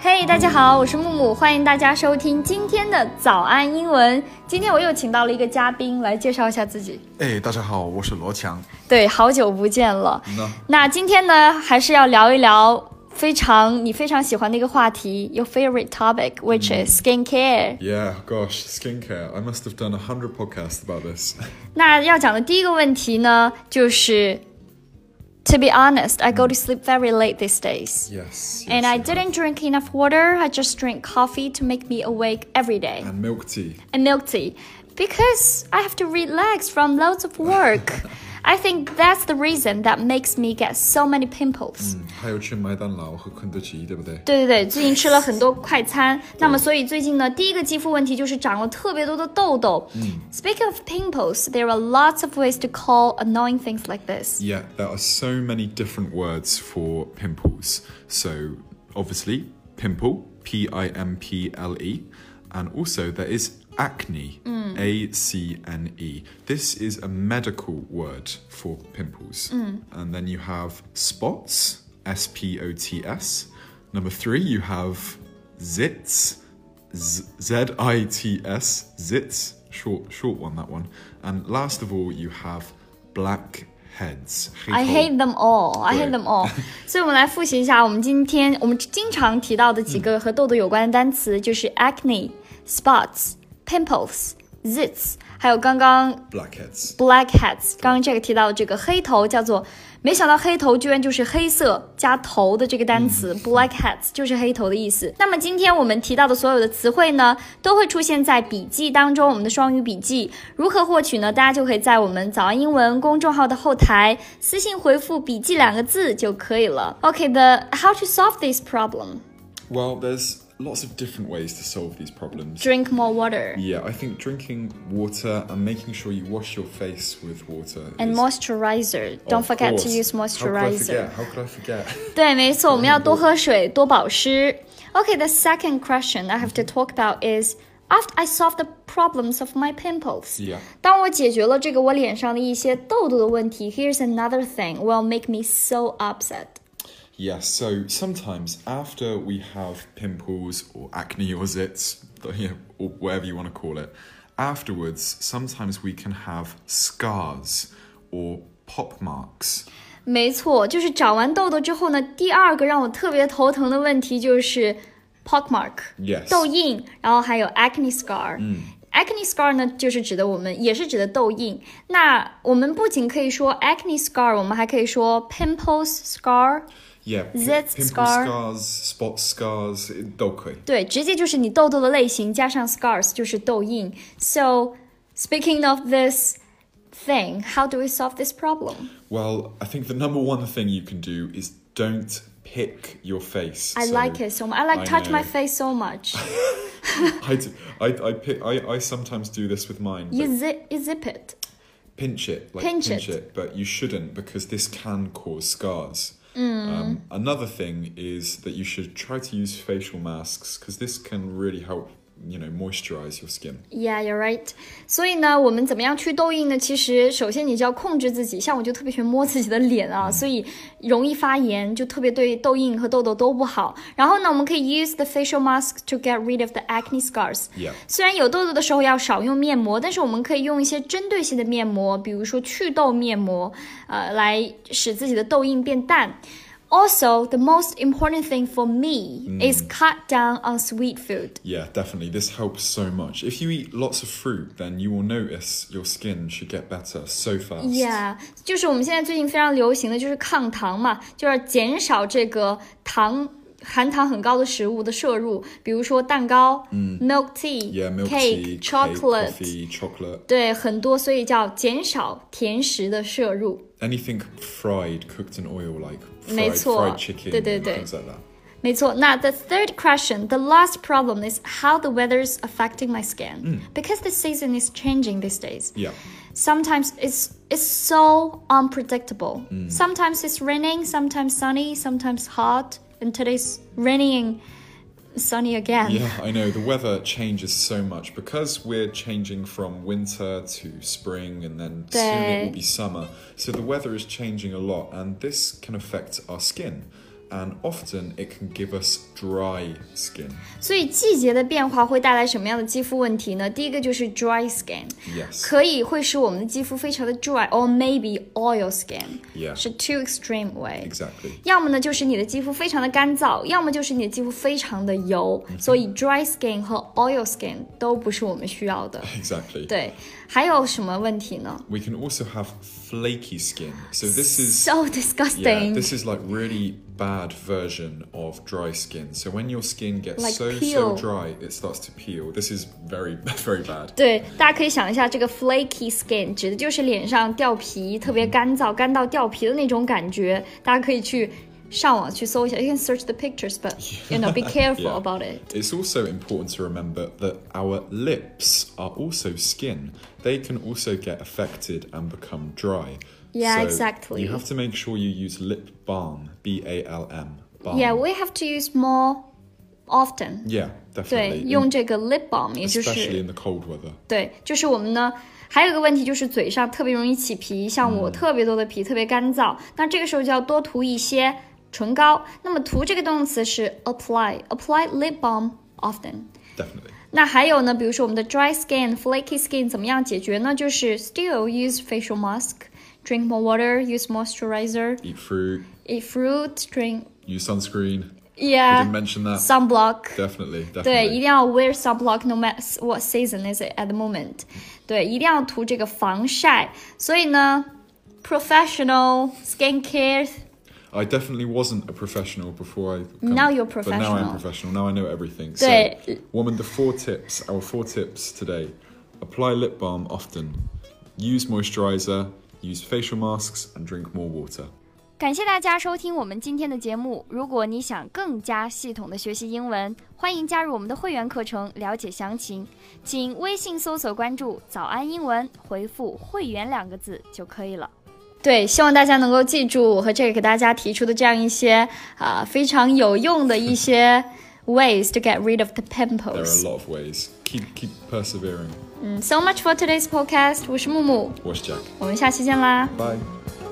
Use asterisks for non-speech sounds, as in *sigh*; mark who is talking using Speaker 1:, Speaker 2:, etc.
Speaker 1: 嘿大家好，我是木木，欢迎大家收听今天的早安英文。今天我又请到了一个嘉宾来介绍一下自己。
Speaker 2: 哎，大家好，我是罗强。
Speaker 1: 对，好久不见了。
Speaker 2: 那
Speaker 1: 那今天呢，还是要聊一聊非常你非常喜欢的一个话题，your favorite topic，which is skincare。
Speaker 2: Yeah, gosh, skincare. I must have done a hundred podcasts about this. *laughs*
Speaker 1: 那要讲的第一个问题呢，就是 To be honest, I go to sleep very late these days.
Speaker 2: Yes. yes,
Speaker 1: And I
Speaker 2: yeah.
Speaker 1: didn't drink enough water. I just drink coffee to make me awake every day.
Speaker 2: And milk tea.
Speaker 1: And milk tea. Because I have to relax from loads of work. I think that's the reason that makes me get so many pimples.
Speaker 2: 嗯 Mm. 还有去麦当劳和肯德基，对不对？
Speaker 1: 对对对，最近吃了很多快餐，那么所以最近呢，第一个肌肤问题就是长了特别多的痘痘。Speaking of pimples, there are lots of ways to call annoying things like this.
Speaker 2: Yeah, there are so many different words for pimples. So, obviously, pimple, P I M P L E, and also there is acne, A C N E. This is a medical word for pimples. And then you have spots, S P O T S. Number three, you have zits, Z I T S, zits. Short, short one, that one. And last of all, you have black heads.
Speaker 1: I hate them all. I
Speaker 2: 对
Speaker 1: hate them all. 所以，我们来复习一下我们今天我们经常提到的几个和痘痘有关的单词，就是 acne、spots、pimples、zits，还有刚刚
Speaker 2: blackheads.
Speaker 1: blackheads。刚刚这个提到这个黑头叫做，没想到黑头居然就是黑色加头的这个单
Speaker 2: 嗯
Speaker 1: 词、blackheads 就是黑头的意思。那么今天我们提到的所有的词汇呢，都会出现在笔记当中，我们的双语笔记。如何获取呢？大家就可以在我们早安英文公众号的后台私信回复“笔记”两个字就可以了。OK，the、how to solve this problem?
Speaker 2: Well, there's lots of different ways to solve these problems.
Speaker 1: Drink more water
Speaker 2: Yeah, I think drinking water and making sure you wash your face with water.
Speaker 1: and
Speaker 2: is-
Speaker 1: moisturizer.
Speaker 2: Of
Speaker 1: Don't forget to
Speaker 2: course.
Speaker 1: use moisturizer.
Speaker 2: How could I forget? *laughs* How could I forget?
Speaker 1: 对，没错，我们要多喝水，多保湿。Okay, the second question I have to talk about is after I solve the problems of my pimples.
Speaker 2: Yeah.
Speaker 1: 当我解决了这个我脸上的一些痘痘的问题，Here's another thing will make me so upset.
Speaker 2: Yeah, so sometimes after we have pimples or acne or zits, *laughs* you know, or whatever you want to call it, afterwards, sometimes we can have scars or pop marks.
Speaker 1: 没错，就是长完痘痘之后呢，第二个让我特别头疼的问题就是 pock mark，、
Speaker 2: Yes.
Speaker 1: 痘印，然后还有 acne scar。嗯。Acne scar 呢，就是指的我们，也是指的痘印。那我们不仅可以说 acne scar，我们还可以说 pimples scar。
Speaker 2: Yeah, pi-
Speaker 1: Zits,
Speaker 2: pimple
Speaker 1: scar.
Speaker 2: scars, spot scars, eh, dokui.
Speaker 1: 对，直接就是你痘痘的类型加上 scars 就是痘印。So speaking of this thing, how do we solve this problem?
Speaker 2: Well, I think the number one thing you can do is don't pick your face.
Speaker 1: I
Speaker 2: So
Speaker 1: like it so much. I like
Speaker 2: I
Speaker 1: touch my
Speaker 2: know.
Speaker 1: face so much.
Speaker 2: *laughs* I, do, I, I, pick, I, I sometimes do this with mine. but
Speaker 1: You zip, you zip it.
Speaker 2: pinch it, like
Speaker 1: Pinch
Speaker 2: pinch,
Speaker 1: it.
Speaker 2: it. but you shouldn't because this can cause scars.
Speaker 1: Mm.
Speaker 2: Um, another thing is that you should try to use facial masks because this can really help, you know, moisturize your skin.
Speaker 1: Yeah, you're right. 所以呢，我们怎么样去痘印呢？其实，首先你就要控制自己。像我就特别喜欢摸自己的脸啊，所以容易发炎，就特别对痘印和痘痘都不好。然后呢，我们可以 use the facial mask to get rid of the acne scars.
Speaker 2: Yeah.
Speaker 1: 虽然有痘痘的时候要少用面膜，但是我们可以用一些针对性的面膜，比如说祛痘面膜，呃，来使自己的痘印变淡。Also, the most important thing for me is cut down on sweet food.
Speaker 2: Yeah, definitely. This helps so much. If you eat lots of fruit, then you will notice your skin should get better so fast.
Speaker 1: Yeah，就是我们现在最近非常流行的就是抗糖嘛，就是减少这个糖含糖很高的食物的摄入，比如说蛋糕、milk tea、
Speaker 2: Yeah, milk 嗯 tea,
Speaker 1: cake、
Speaker 2: cake,
Speaker 1: chocolate，
Speaker 2: coffee, chocolate.
Speaker 1: 对，很多，所以叫减少甜食的摄入。
Speaker 2: anything fried, cooked in oil, like
Speaker 1: Me
Speaker 2: fried,
Speaker 1: too.
Speaker 2: fried chicken,
Speaker 1: 对，对，对。
Speaker 2: and things like that.
Speaker 1: 没错，那 the third question, the last problem is how the weather's affecting my skin、because
Speaker 2: 嗯
Speaker 1: the season is changing these days.
Speaker 2: Yeah,
Speaker 1: sometimes it's it's so unpredictable.
Speaker 2: Mm.
Speaker 1: Sometimes it's raining, sometimes sunny, sometimes hot, and today's raining and sunny again.
Speaker 2: yeah, I know. The weather changes so much because we're changing from winter to spring, and then soon it will be summer. So the weather is changing a lot, and this can affect our skin. and often it can give us dry skin.
Speaker 1: 所以季节的变化会带来什么样的肌肤问题呢？第一个就是 dry skin，
Speaker 2: Yes.
Speaker 1: 可以会使我们的肌肤非常的 dry，or maybe oil skin，
Speaker 2: Yeah.
Speaker 1: 是 too extreme way。
Speaker 2: Exactly.
Speaker 1: 要么呢就是你的肌肤非常的干燥，要么就是你的肌肤非常的油，
Speaker 2: Mm-hmm
Speaker 1: 所以 dry skin 和 oil skin 都不是我们需要的。
Speaker 2: Exactly.
Speaker 1: 对，还有什么问题呢
Speaker 2: We can also have flaky skin. So this is
Speaker 1: ？So *laughs*
Speaker 2: yeah,
Speaker 1: disgusting.
Speaker 2: this is like really bad version of dry skin. So when your skin gets
Speaker 1: Like
Speaker 2: so
Speaker 1: peel.
Speaker 2: so dry, it starts to peel. This is very *laughs* very bad.
Speaker 1: 对，大家可以想一下，这个 flaky skin 指的就是脸上掉皮，特别干燥，干到掉皮的那种感觉。大家可以去上网去搜一下，you can search the pictures, but you
Speaker 2: *laughs*
Speaker 1: know be careful
Speaker 2: Yeah.
Speaker 1: about it.
Speaker 2: It's also important to remember that our lips are also skin. They can also get affected and become dry.
Speaker 1: Yeah,
Speaker 2: So
Speaker 1: exactly.
Speaker 2: You have to make sure you use lip balm, B A L M. Balm.
Speaker 1: Yeah, we have to use more often.
Speaker 2: Yeah,
Speaker 1: 对，
Speaker 2: definitely.
Speaker 1: 用这个 lip balm，也就是
Speaker 2: Especially in the cold weather.
Speaker 1: 对，就是我们呢，还有一个问题就是嘴上特别容易起皮，像我特别多的皮，特别干燥，那这个时候就要多涂一些唇膏。那么涂这个动词是 apply，apply lip balm often。
Speaker 2: Definitely.
Speaker 1: 那还有呢，比如说我们的 dry skin、flaky skin 怎么样解决呢？就是 still use facial mask。Drink more water, use moisturizer,
Speaker 2: Eat fruit,
Speaker 1: eat fruit, drink,
Speaker 2: use sunscreen. I didn't
Speaker 1: yeah,
Speaker 2: mention that.
Speaker 1: sunblock.
Speaker 2: Definitely,
Speaker 1: 对，一定
Speaker 2: definitely.
Speaker 1: 要 wear sunblock no matter what season is it at the moment。对，一定要涂这个防晒。所以呢，professional skincare
Speaker 2: I definitely wasn't a professional before I.
Speaker 1: Now you're
Speaker 2: But now I'm
Speaker 1: professional.
Speaker 2: professional. Now I know everything. So,
Speaker 1: 对
Speaker 2: woman, the four tips, our four tips today apply lip balm often, use moisturizer, use facial masks, and drink more water.
Speaker 1: 感谢大家收听我们今天的节目。如果你想更加系统的学习英文，欢迎加入我们的会员课程，了解详情。请微信搜索关注“早安英文”，回复“会员”两个字就可以了。对，希望大家能够记住我和 Jack 给大家提出的这样一些啊、非常有用的一些
Speaker 2: *laughs*
Speaker 1: ways to get rid of the
Speaker 2: There are a
Speaker 1: pimples。
Speaker 2: lot of ways. Keep keep persevering.
Speaker 1: 嗯，so much for today's podcast。我是木木，
Speaker 2: Watch Jack.
Speaker 1: 我们下期见啦。
Speaker 2: Bye.